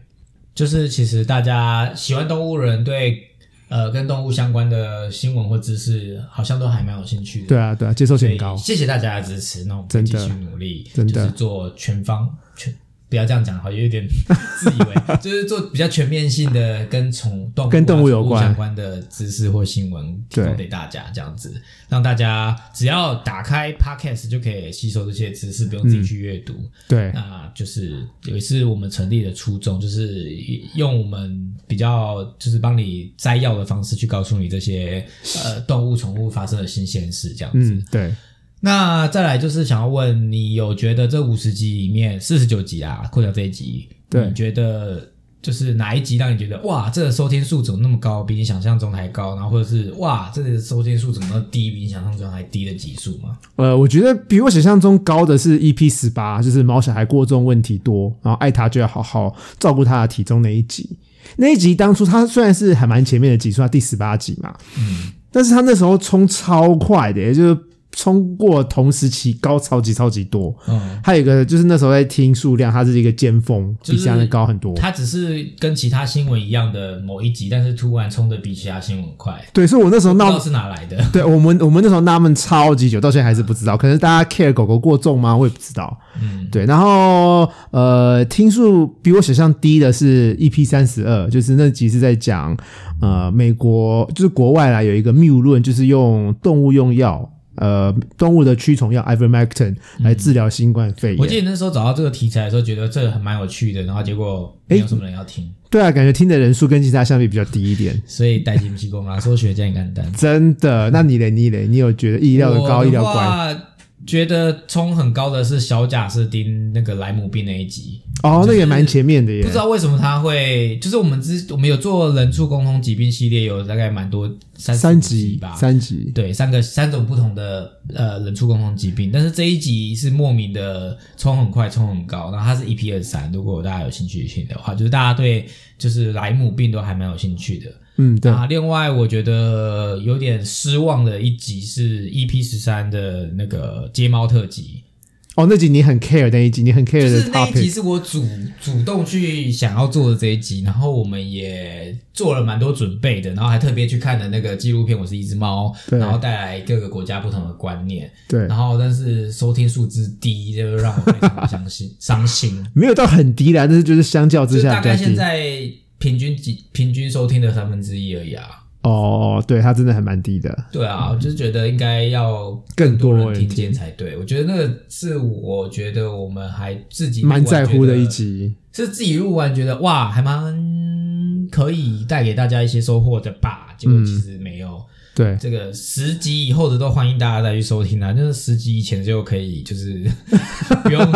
[SPEAKER 1] 就是其实大家喜欢动物人对呃跟动物相关的新闻或知识，好像都还蛮有兴趣的。
[SPEAKER 2] 对啊，对啊，接受
[SPEAKER 1] 所以
[SPEAKER 2] 性很高。
[SPEAKER 1] 谢谢大家的支持，那我们
[SPEAKER 2] 真的
[SPEAKER 1] 继续努力，
[SPEAKER 2] 真的
[SPEAKER 1] 就是做全方全。不要这样讲，好像有
[SPEAKER 2] *laughs*
[SPEAKER 1] 点自以为，就是做比较全面性的跟宠动物啊
[SPEAKER 2] 跟动物有关
[SPEAKER 1] 相关的知识或新闻提供
[SPEAKER 2] 对
[SPEAKER 1] 给大家，这样子让大家只要打开 podcast 就可以吸收这些知识，不用自
[SPEAKER 2] 嗯
[SPEAKER 1] 己去阅读。
[SPEAKER 2] 对，
[SPEAKER 1] 那就是有一次我们成立的初衷，就是用我们比较就是帮你摘要的方式去告诉你这些呃动物、宠物发生的新鲜事，这样子。
[SPEAKER 2] 嗯，对，
[SPEAKER 1] 那再来就是想要问你，有觉得这五十集里面四十九集啊，扣掉这一集，
[SPEAKER 2] 对
[SPEAKER 1] 你觉得就是哪一集让你觉得哇，这个收听数怎么那么高，比你想象中还高？然后或者是哇，这个收听数怎么那么低，比你想象中还低的集数吗？
[SPEAKER 2] 呃，我觉得比我想象中高的是 EP 十八，就是毛小孩过重问题多，然后爱他就要好好照顾他的体重那一集。那一集当初他虽然是还蛮前面的集数，他第十八集嘛，
[SPEAKER 1] 嗯，
[SPEAKER 2] 但是他那时候冲超快的，也就是冲过同时期高超级超级多。
[SPEAKER 1] 嗯，
[SPEAKER 2] 还有一个就是那时候在听数量，它是一个尖峰，
[SPEAKER 1] 就是
[SPEAKER 2] 比现在高很多。
[SPEAKER 1] 它只是跟其他新闻一样的某一集，但是突然冲的比其他新闻快，
[SPEAKER 2] 对，所以我那时候
[SPEAKER 1] 不知道
[SPEAKER 2] 闹，
[SPEAKER 1] 是哪来的。
[SPEAKER 2] 对我们我们那时候纳闷超级久，到现在还是不知道。可能大家 care 狗狗过重吗？我也不知道。
[SPEAKER 1] 嗯，
[SPEAKER 2] 对，然后呃，听数比我想象低的是 EP 三十二，就是那集是在讲呃美国就是国外啦有一个谬论，就是用动物用药。呃，动物的驱虫药 ivermectin 来治疗新冠肺
[SPEAKER 1] 嗯我
[SPEAKER 2] 炎。
[SPEAKER 1] 记得那时候找到这个题材的时候，觉得这个还蛮有趣的，然后结果没有什么人要听，
[SPEAKER 2] 对啊，感觉听的人数跟其他相比比较低一点。
[SPEAKER 1] 所以带进去过 *laughs* 嘛，说学这样简单。
[SPEAKER 2] 真的？那你嘞？你嘞？你有觉得意料的高，意料乖？
[SPEAKER 1] 我觉得冲很高的是小贾斯汀那个莱姆病那一集，
[SPEAKER 2] 哦，
[SPEAKER 1] 就
[SPEAKER 2] 那
[SPEAKER 1] 是
[SPEAKER 2] 也蛮前面的耶
[SPEAKER 1] 不。知道为什么他会，就是我们之我们有做人畜共通疾病系列，有大概蛮多三
[SPEAKER 2] 三
[SPEAKER 1] 集
[SPEAKER 2] 集，
[SPEAKER 1] 吧，
[SPEAKER 2] 三集，
[SPEAKER 1] 对三个三种不同的呃人畜共通疾病，但是这一集是莫名的冲很快，冲很高，然后它是 EP 二三，如果大家有兴趣听的话，就是大家对就是莱姆病都还蛮有兴趣的，
[SPEAKER 2] 嗯，对，
[SPEAKER 1] 啊，另外我觉得有点失望的一集是 EP 十三的那个街猫特辑，
[SPEAKER 2] 哦，那集你很 care 那一集，你很
[SPEAKER 1] 就
[SPEAKER 2] care 的
[SPEAKER 1] 是那一集
[SPEAKER 2] topic，
[SPEAKER 1] 是我主主动去想要做的这一集，然后我们也做了蛮多准备的，然后还特别去看了那个纪录片《我是一只猫》，
[SPEAKER 2] 对
[SPEAKER 1] 然后带来各个国家不同的观念，
[SPEAKER 2] 对，
[SPEAKER 1] 然后但是收听数之低，就让我非常的伤
[SPEAKER 2] *laughs*
[SPEAKER 1] 心伤心。
[SPEAKER 2] 没有到很低啦，但是就是相较
[SPEAKER 1] 就
[SPEAKER 2] 之
[SPEAKER 1] 是
[SPEAKER 2] 下
[SPEAKER 1] 大
[SPEAKER 2] 比较
[SPEAKER 1] 概现
[SPEAKER 2] 低。
[SPEAKER 1] 在平均几平均收听的三分之一而已啊。
[SPEAKER 2] 哦，哦对，它真的还蛮低的。
[SPEAKER 1] 对啊，我就是觉得应该要
[SPEAKER 2] 更多
[SPEAKER 1] 人
[SPEAKER 2] 人
[SPEAKER 1] 听见才对。我觉得那个是我觉得我们还自己录完
[SPEAKER 2] 蛮在乎的一
[SPEAKER 1] 觉
[SPEAKER 2] 集，
[SPEAKER 1] 得，是自己录完觉得哇，还蛮可以带给大家一些收获的吧。结果
[SPEAKER 2] 嗯
[SPEAKER 1] 其实没有。
[SPEAKER 2] 对，
[SPEAKER 1] 这个十集以后的都欢迎大家再去收听啊，就是十集以前就可以，就是 *laughs* 不用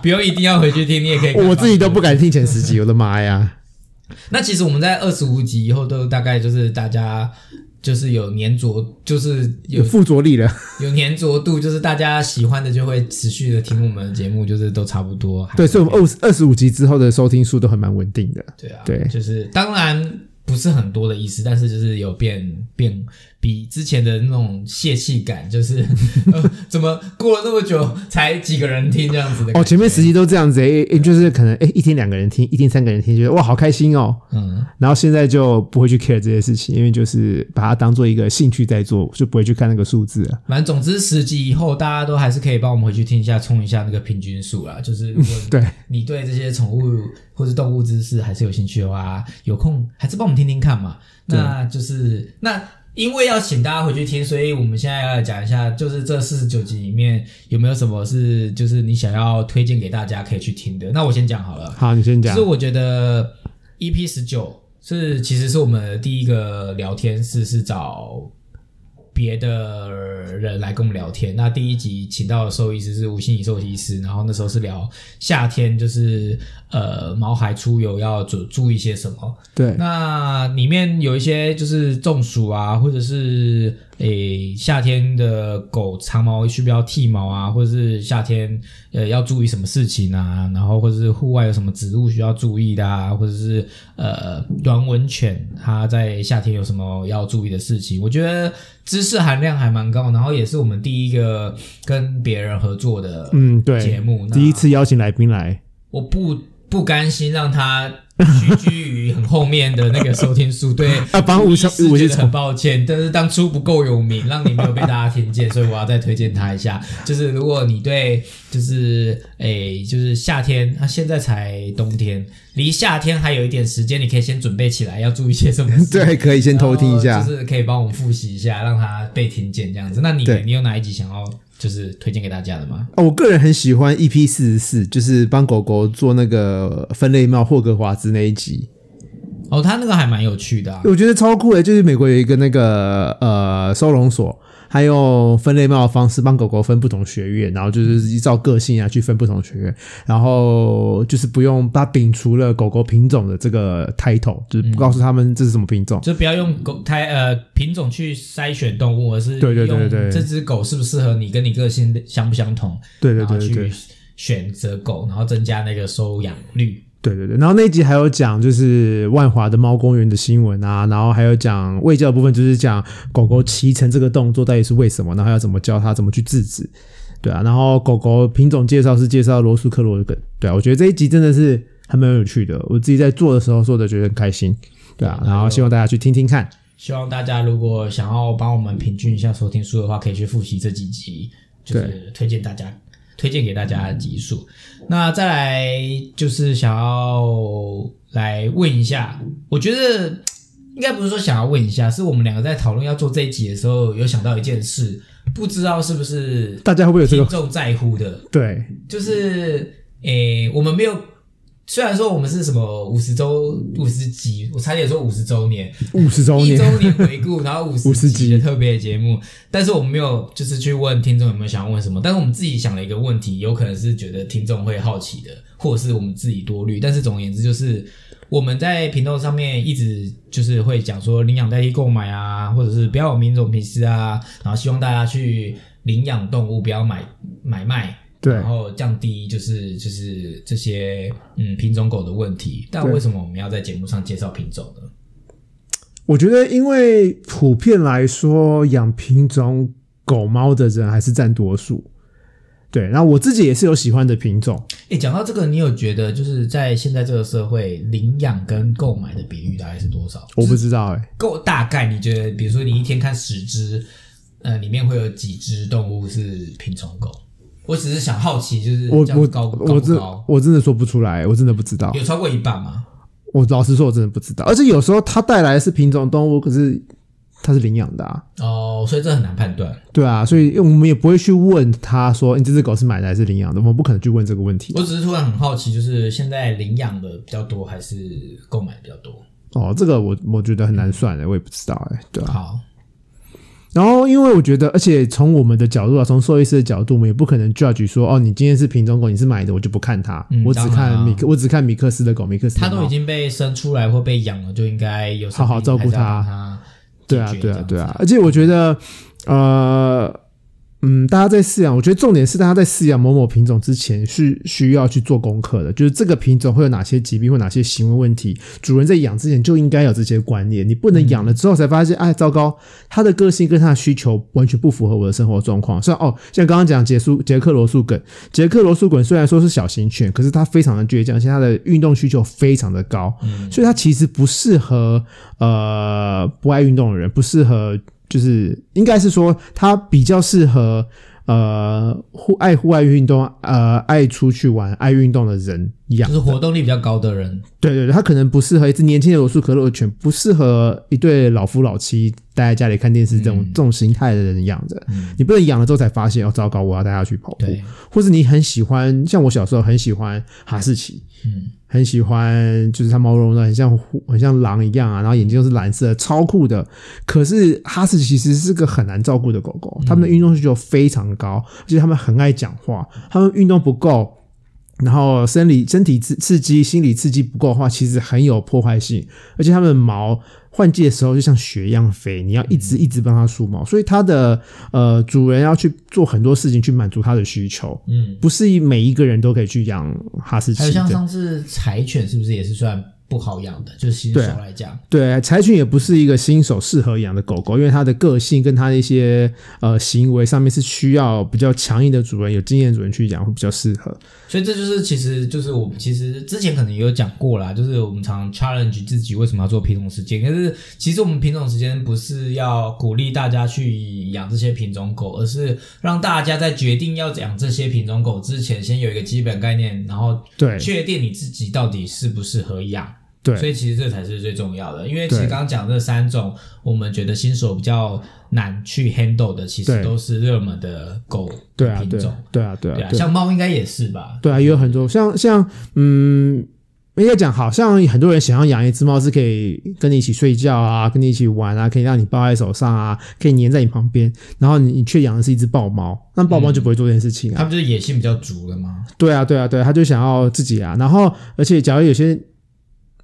[SPEAKER 1] 不用一定要回去听，你也可以。
[SPEAKER 2] 我自己都不。敢听前十集，我的妈呀！
[SPEAKER 1] 那其实我们在二十五集以后都大概就是大家就是有粘着，就是 *laughs* 有
[SPEAKER 2] 有附着力了，
[SPEAKER 1] 有粘着度，就是大家喜欢的就会持续的听我们的节目，就是都差不多。
[SPEAKER 2] 对，所以我们二十二十五集之后的收听数都还蛮稳定的，
[SPEAKER 1] 对啊，
[SPEAKER 2] 对
[SPEAKER 1] 就是当然不是很多的意思，但是就是有变变比之前的那种泄气感，就是
[SPEAKER 2] *laughs*
[SPEAKER 1] 呃怎么过了那么久才几个人听这样子的感觉
[SPEAKER 2] 哦，前面十集都这样子，诶、诶就是可能诶、一天两个人听，一天三个人听，觉得哇好开心哦，
[SPEAKER 1] 嗯，
[SPEAKER 2] 然后现在就不会去 care 这些事情，因为就是把它当做一个兴趣在做，就不会去看那个数字了。
[SPEAKER 1] 反正总之十集以后，大家都还是可以帮我们回去听一下，冲一下那个平均数啦。就是如果
[SPEAKER 2] 对
[SPEAKER 1] *laughs* 你对这些宠物或是动物知识还是有兴趣的话，有空还是帮我们听听看嘛。那就是那因为要请大家回去听，所以我们现在要来讲一下，就是这四十九集里面有没有什么是就是你想要推荐给大家可以去听的？那我先讲好了。
[SPEAKER 2] 好，你先
[SPEAKER 1] 其
[SPEAKER 2] 讲
[SPEAKER 1] 实。我觉得 E EP 十九是其实是我们的第一个聊天室是找别的人来跟我们聊天。那第一集请到的兽医师是吴心怡兽医师，然后那时候是聊夏天就是呃毛孩出油要注注意些什么。
[SPEAKER 2] 对，
[SPEAKER 1] 那里面有一些就是中暑啊，或者是诶、夏天的狗长毛需不需要剃毛啊，或者是夏天呃要注意什么事情啊，然后或者是户外有什么植物需要注意的啊，或者是呃短吻犬它在夏天有什么要注意的事情，我觉得知识含量还蛮高，然后也是我们第一个跟别人合作的
[SPEAKER 2] 嗯，对，
[SPEAKER 1] 节目，那
[SPEAKER 2] 第一次邀请来宾来，
[SPEAKER 1] 我不不甘心让他屈居于很后面的那个收听数，对，
[SPEAKER 2] 啊帮吴小
[SPEAKER 1] 是
[SPEAKER 2] 吴先
[SPEAKER 1] 觉得很抱歉，但是当初不够有名，让你没有被大家听见，所以我要再推荐他一下。就是如果你对，就是诶、就是夏天，他、现在才冬天，离夏天还有一点时间，你可以先准备起来，要注意些什么事。
[SPEAKER 2] 对，可以先 *laughs* 偷听一
[SPEAKER 1] 然
[SPEAKER 2] 下
[SPEAKER 1] 后。就是可以帮我们复习一下，让他被听见这样子。那你
[SPEAKER 2] 对
[SPEAKER 1] 你有哪一集想要就是推荐给大家的吗？
[SPEAKER 2] 哦，我个人很喜欢 EP 四十四，就是帮狗狗做那个分类帽霍格华兹那一集，
[SPEAKER 1] 哦，他那个还蛮有趣的啊。
[SPEAKER 2] 我觉得超酷的。就是美国有一个那个呃收容所，还用分类帽的方式帮狗狗分不同学院，然后就是依照个性啊去分不同学院，然后就是不用它摒除了狗狗品种的这个 title，就是不告诉他们这是什么品种。
[SPEAKER 1] 嗯就不要用狗胎呃品种去筛选动物，而是
[SPEAKER 2] 对对对对对
[SPEAKER 1] 用这只狗适不适合你，跟你个性相不相同，
[SPEAKER 2] 对对
[SPEAKER 1] 然后
[SPEAKER 2] 对对对
[SPEAKER 1] 去。选择狗，然后增加那个收养率。
[SPEAKER 2] 对对对，然后那一集还有讲就是万华的猫公园的新闻啊，然后还有讲喂教的部分，就是讲狗狗骑乘这个动作到底是为什么，然后要怎么教它，怎么去制止，对啊，然后狗狗品种介绍是介绍罗素克罗根，对啊，我觉得这一集真的是还蛮有趣的，我自己在做的时候做的觉得很开心，对啊，然后希望大家去听听看，
[SPEAKER 1] 希望大家如果想要帮我们平均一下收听数的话，可以去复习这几集，就是推荐大家推荐给大家的集数。那再来就是想要来问一下，我觉得应该不是说想要问一下，是我们两个在讨论要做这一集的时候，有想到一件事，不知道是不是
[SPEAKER 2] 大家会不会有这
[SPEAKER 1] 听
[SPEAKER 2] 个？
[SPEAKER 1] 众在乎的，
[SPEAKER 2] 对
[SPEAKER 1] 就是诶、我们没有。虽然说我们是什么五十周五十集，我差点说五十周年，
[SPEAKER 2] 五十周
[SPEAKER 1] 一
[SPEAKER 2] 年，
[SPEAKER 1] 周年回顾，然后五
[SPEAKER 2] 50
[SPEAKER 1] 十集的
[SPEAKER 2] 集
[SPEAKER 1] 特别节目，但是我们没有就是去问听众有没有想要问什么，但是我们自己想了一个问题，有可能是觉得听众会好奇的，或者是我们自己多虑，但是总而言之就是我们在频道上面一直就是会讲说领养代替购买啊，或者是不要有民种歧视啊，然后希望大家去领养动物，不要买买卖。
[SPEAKER 2] 对
[SPEAKER 1] 然，后降低就是就是这些嗯品种狗的问题，但
[SPEAKER 2] 对
[SPEAKER 1] 为什么我们要在节目上介绍品种呢？
[SPEAKER 2] 我觉得因为普遍来说，养品种狗猫的人还是占多数。对，然后我自己也是有喜欢的品种，
[SPEAKER 1] 哎，讲到这个，你有觉得就是在现在这个社会，领养跟购买的比率大概是多少？
[SPEAKER 2] 我不知道哎、
[SPEAKER 1] 够大概你觉得，比如说你一天看十只，呃，里面会有几只动物是品种狗？我只是想好奇，就是
[SPEAKER 2] 我
[SPEAKER 1] 这样高
[SPEAKER 2] 我
[SPEAKER 1] 高不
[SPEAKER 2] 我真
[SPEAKER 1] 高？
[SPEAKER 2] 我真的说不出来，我真的不知道。
[SPEAKER 1] 有超过一半吗？
[SPEAKER 2] 我老实说，我真的不知道。而且有时候它带来的是品种动物，可是它是领养的啊，
[SPEAKER 1] 哦，所以这很难判断。
[SPEAKER 2] 对啊，所以我们也不会去问他说你这只狗是买的还是领养的，我们不可能去问这个问题。
[SPEAKER 1] 我只是突然很好奇，就是现在领养的比较多，还是购买的比较多？
[SPEAKER 2] 哦，这个我我觉得很难算的，我也不知道哎、对啊。
[SPEAKER 1] 好，
[SPEAKER 2] 然后，因为我觉得，而且从我们的角度啊，从兽医师的角度，我们也不可能 judge 说，哦，你今天是品种狗，你是买的，我就不看它，
[SPEAKER 1] 嗯
[SPEAKER 2] 我只
[SPEAKER 1] 当然啊
[SPEAKER 2] 看米克，我只看米克斯的狗，米克斯的
[SPEAKER 1] 它都
[SPEAKER 2] 猫
[SPEAKER 1] 已经被生出来或被养了，就应该有
[SPEAKER 2] 好好照顾它
[SPEAKER 1] 它。
[SPEAKER 2] 对啊
[SPEAKER 1] 解，决这
[SPEAKER 2] 对啊，
[SPEAKER 1] 样
[SPEAKER 2] 对啊。而且我觉得，呃，嗯，大家在饲养，我觉得重点是大家在饲养某某品种之前是需要去做功课的，就是这个品种会有哪些疾病或哪些行为问题，主人在养之前就应该有这些观念，你不能养了之后才发现，哎，糟糕，他的个性跟他的需求完全不符合我的生活状况。像哦，像刚刚讲杰苏杰克罗素梗，杰克罗素梗虽然说是小型犬，可是它非常的倔强，而且它的运动需求非常的高，所以它其实不适合呃不爱运动的人，不适合就是应该是说它比较适合呃户爱户外运动，呃爱出去玩、爱运动的人养
[SPEAKER 1] 就。是活动力比较高的人，
[SPEAKER 2] 对对对，它可能不适合一只年轻的罗素可乐犬，不适合一对老夫老妻待在家里看电视这种、
[SPEAKER 1] 嗯
[SPEAKER 2] 这种形态的人养的。
[SPEAKER 1] 嗯
[SPEAKER 2] 你不能养了之后才发现哦，糟糕，我要带它去跑步。
[SPEAKER 1] 对，
[SPEAKER 2] 或是你很喜欢，像我小时候很喜欢哈士奇，
[SPEAKER 1] 嗯，
[SPEAKER 2] 很很喜欢，就是它毛茸茸的，很像虎很像狼一样啊，然后眼睛又是蓝色的，超酷的。可是哈士奇其实是个很难照顾的狗狗，
[SPEAKER 1] 嗯
[SPEAKER 2] 它们的运动需求非常高，而且它们很爱讲话，它们运动不够。然后生理身体刺刺激、心理刺激不够的话，其实很有破坏性。而且它们的毛换季的时候就像雪一样飞，你要一
[SPEAKER 1] 嗯
[SPEAKER 2] 直一直帮它梳毛，所以它的呃主人要去做很多事情去满足它的需求，
[SPEAKER 1] 嗯，
[SPEAKER 2] 不是每一个人都可以去养哈士奇
[SPEAKER 1] 还有像
[SPEAKER 2] 的。
[SPEAKER 1] 上次柴犬是不是也是算不好养的？就是新手
[SPEAKER 2] 对啊
[SPEAKER 1] 来讲，
[SPEAKER 2] 对，柴犬也不是一个新手适合养的狗狗，因为它的个性跟它的一些呃行为上面是需要比较强硬的主人、有经验的主人去养会比较适合。
[SPEAKER 1] 所以这就是其实就是我们其实之前可能也有讲过啦，就是我们常 challenge 自己为什么要做品种时间，可是其实我们品种时间不是要鼓励大家去养这些品种狗，而是让大家在决定要养这些品种狗之前，先有一个基本概念，然后
[SPEAKER 2] 对
[SPEAKER 1] 确定你自己到底适不适合养。
[SPEAKER 2] 对，
[SPEAKER 1] 所以其实这才是最重要的，因为其实
[SPEAKER 2] 对
[SPEAKER 1] 刚刚讲这三种，我们觉得新手比较难去 handle 的，其实
[SPEAKER 2] 对
[SPEAKER 1] 都是热门的狗
[SPEAKER 2] 对啊，
[SPEAKER 1] 品
[SPEAKER 2] 对
[SPEAKER 1] 种。
[SPEAKER 2] 啊，对啊，对
[SPEAKER 1] 对
[SPEAKER 2] 啊
[SPEAKER 1] 啊，，像猫应该也是吧？
[SPEAKER 2] 对啊，也有很多像像嗯，应该讲好像很多人想要养一只猫是可以跟你一起睡觉啊，跟你一起玩啊，可以让你抱在手上啊，可以粘在你旁边，然后你你却养的是一只豹猫，那豹
[SPEAKER 1] 嗯
[SPEAKER 2] 猫就不会做这件事情啊。
[SPEAKER 1] 他们就是野性比较足了嘛。
[SPEAKER 2] 对啊，对啊，对啊，他就想要自己啊。然后，而且假如有些，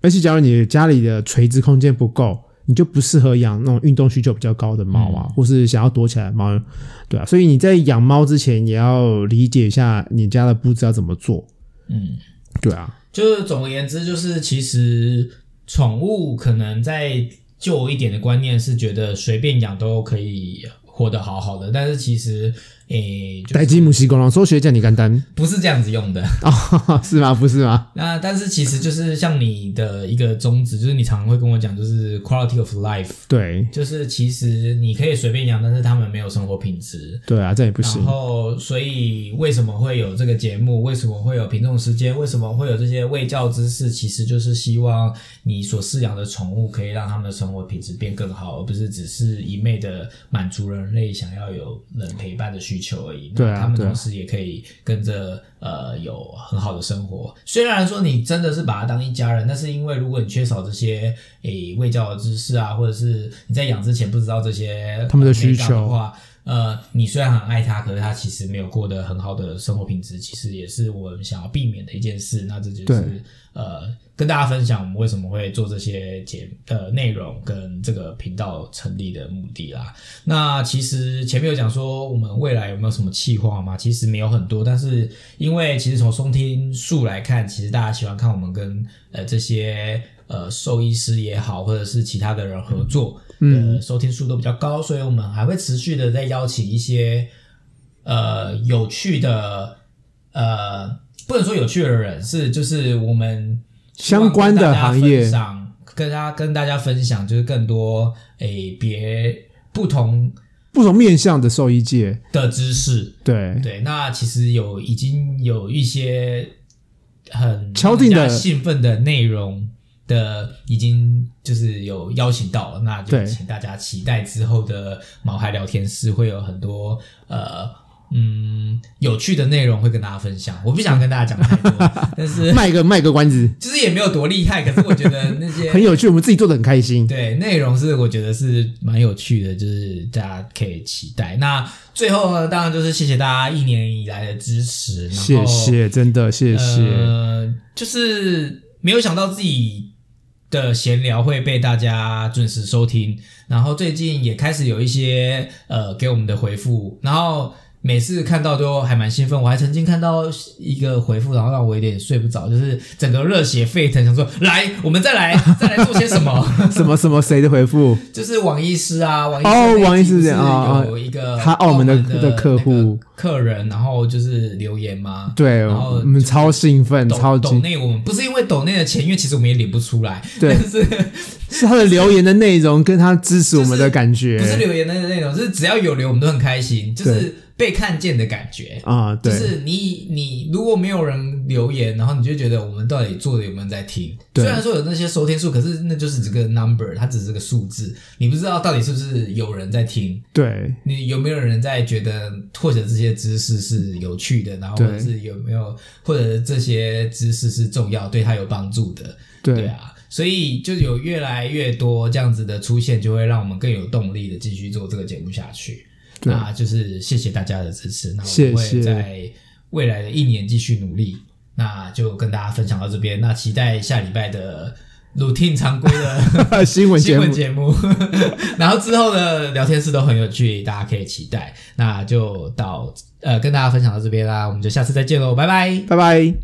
[SPEAKER 2] 而且假如你家里的垂直空间不够，你就不适合养那种运动需求比较高的猫
[SPEAKER 1] 嗯
[SPEAKER 2] 啊，或是想要躲起来的猫，对啊。所以你在养猫之前，也要理解一下你家的布置要怎么做。
[SPEAKER 1] 嗯，
[SPEAKER 2] 对啊，
[SPEAKER 1] 就是总而言之，就是其实宠物可能在旧一点的观念是觉得随便养都可以活得好好的，但是其实诶、就
[SPEAKER 2] 待机母系公狼，说学讲你干单
[SPEAKER 1] 不是这样子用的。
[SPEAKER 2] 哦， *laughs* 是吗？不是吗？
[SPEAKER 1] 那但是其实就是像你的一个宗旨，就是你常常会跟我讲，就是 quality of life，
[SPEAKER 2] 对，
[SPEAKER 1] 就是其实你可以随便养，但是他们没有生活品质。
[SPEAKER 2] 对啊，这样也不行
[SPEAKER 1] 然。后，所以为什么会有这个节目？为什么会有品种时间？为什么会有这些卫教知识？其实就是希望你所饲养的宠物可以让他们的生活品质变更好，而不是只是一昧的满足人类想要有人陪伴的需求而已。
[SPEAKER 2] 对啊
[SPEAKER 1] 那他们
[SPEAKER 2] 对啊
[SPEAKER 1] 同时也可以跟着呃有很好的生活。虽然说你真的是把它当一家人，但是因为如果你缺少这些诶卫教的知识啊，或者是你在养之前不知道这些
[SPEAKER 2] 他们的
[SPEAKER 1] 呃
[SPEAKER 2] 需
[SPEAKER 1] 美感
[SPEAKER 2] 求
[SPEAKER 1] 的话，呃，你虽然很爱他，可是他其实没有过得很好的生活品质，其实也是我们想要避免的一件事。那这就
[SPEAKER 2] 对
[SPEAKER 1] 是呃，跟大家分享我们为什么会做这些节呃内容跟这个频道成立的目的啦。那其实前面有讲说我们未来有没有什么企划嘛？其实没有很多，但是因为其实从收听数来看，其实大家喜欢看我们跟呃这些呃兽医师也好，或者是其他的人合作，嗯，收听数都比较高，所以我们还会持续的在邀请一些呃有趣的呃不能说有趣的人，是就是我们希望
[SPEAKER 2] 相关的
[SPEAKER 1] 跟大家
[SPEAKER 2] 行业
[SPEAKER 1] 分享，跟大家跟大家分享就是更多诶别不同
[SPEAKER 2] 不同面向的兽医界，
[SPEAKER 1] 的知识。
[SPEAKER 2] 对
[SPEAKER 1] 对，那其实有已经有一些很
[SPEAKER 2] 敲定的
[SPEAKER 1] 让人家兴奋的内容的，已经就是有邀请到了，那就
[SPEAKER 2] 对
[SPEAKER 1] 请大家期待之后的毛孩聊天室会有很多呃嗯有趣的内容会跟大家分享。我不想跟大家讲太
[SPEAKER 2] *laughs*
[SPEAKER 1] 多，但是
[SPEAKER 2] 卖个卖个关子，
[SPEAKER 1] 其实也没有多厉害，可是我觉得那些
[SPEAKER 2] 很有趣，我们自己做的很开心。
[SPEAKER 1] 对，内容是我觉得是蛮有趣的，就是大家可以期待。那最后呢，当然就是谢谢大家一年以来的支持，然后
[SPEAKER 2] 谢，谢，真的谢谢。
[SPEAKER 1] 呃，就是没有想到自己的闲聊会被大家准时收听，然后最近也开始有一些呃给我们的回复，然后。每次看到都还蛮兴奋，我还曾经看到一个回复，然后让我有点睡不着，就是整个热血沸腾，想说来，我们再来，再来做些什么。 *laughs*
[SPEAKER 2] 什么什么谁的回复？
[SPEAKER 1] 就是王医师啊，王医师
[SPEAKER 2] 哦王医师
[SPEAKER 1] 这
[SPEAKER 2] 这样哦哦
[SPEAKER 1] 有一个
[SPEAKER 2] 他澳门的的客户
[SPEAKER 1] 那个客人，然后就是留言嘛，
[SPEAKER 2] 对，
[SPEAKER 1] 然后
[SPEAKER 2] 我们超兴奋，
[SPEAKER 1] 抖
[SPEAKER 2] 超
[SPEAKER 1] 抖
[SPEAKER 2] 级
[SPEAKER 1] 内我们不是因为抖内的钱，因为其实我们也领 *laughs* 不出来，
[SPEAKER 2] 对，
[SPEAKER 1] 但是
[SPEAKER 2] 是他的留言的内容跟他支持我们的感觉
[SPEAKER 1] 不，是留言的内容，就是只要有留我们都很开心，就
[SPEAKER 2] 对
[SPEAKER 1] 是被看见的感觉。
[SPEAKER 2] 啊，
[SPEAKER 1] 就
[SPEAKER 2] 对，
[SPEAKER 1] 是你你如果没有人留言，然后你就觉得我们到底做的有没有人在听？
[SPEAKER 2] 对
[SPEAKER 1] 虽然说有那些收听数，可是那就是这个 number，它只是个数字，你不知道到底是不是有人在听， *laughs*
[SPEAKER 2] 对，
[SPEAKER 1] 你有没有人在觉得或者这些知识是有趣的，然后或
[SPEAKER 2] 对
[SPEAKER 1] 者是有没有或者这些知识是重要，对他有帮助的，对
[SPEAKER 2] 对，
[SPEAKER 1] 啊。所以就有越来越多这样子的出现，就会让我们更有动力的继续做这个节目下去。
[SPEAKER 2] 对
[SPEAKER 1] 那就是谢谢大家的支持，那
[SPEAKER 2] 谢
[SPEAKER 1] 我们
[SPEAKER 2] 谢
[SPEAKER 1] 会在未来的一年继续努力。那就跟大家分享到这边，那期待下礼拜的 routine 常规的
[SPEAKER 2] 新闻节
[SPEAKER 1] 新
[SPEAKER 2] 目
[SPEAKER 1] 闻，节目， *laughs* 然后之后的聊天室都很有趣，大家可以期待。那就到呃跟大家分享到这边啦，我们就下次再见喽，拜拜。
[SPEAKER 2] 拜拜。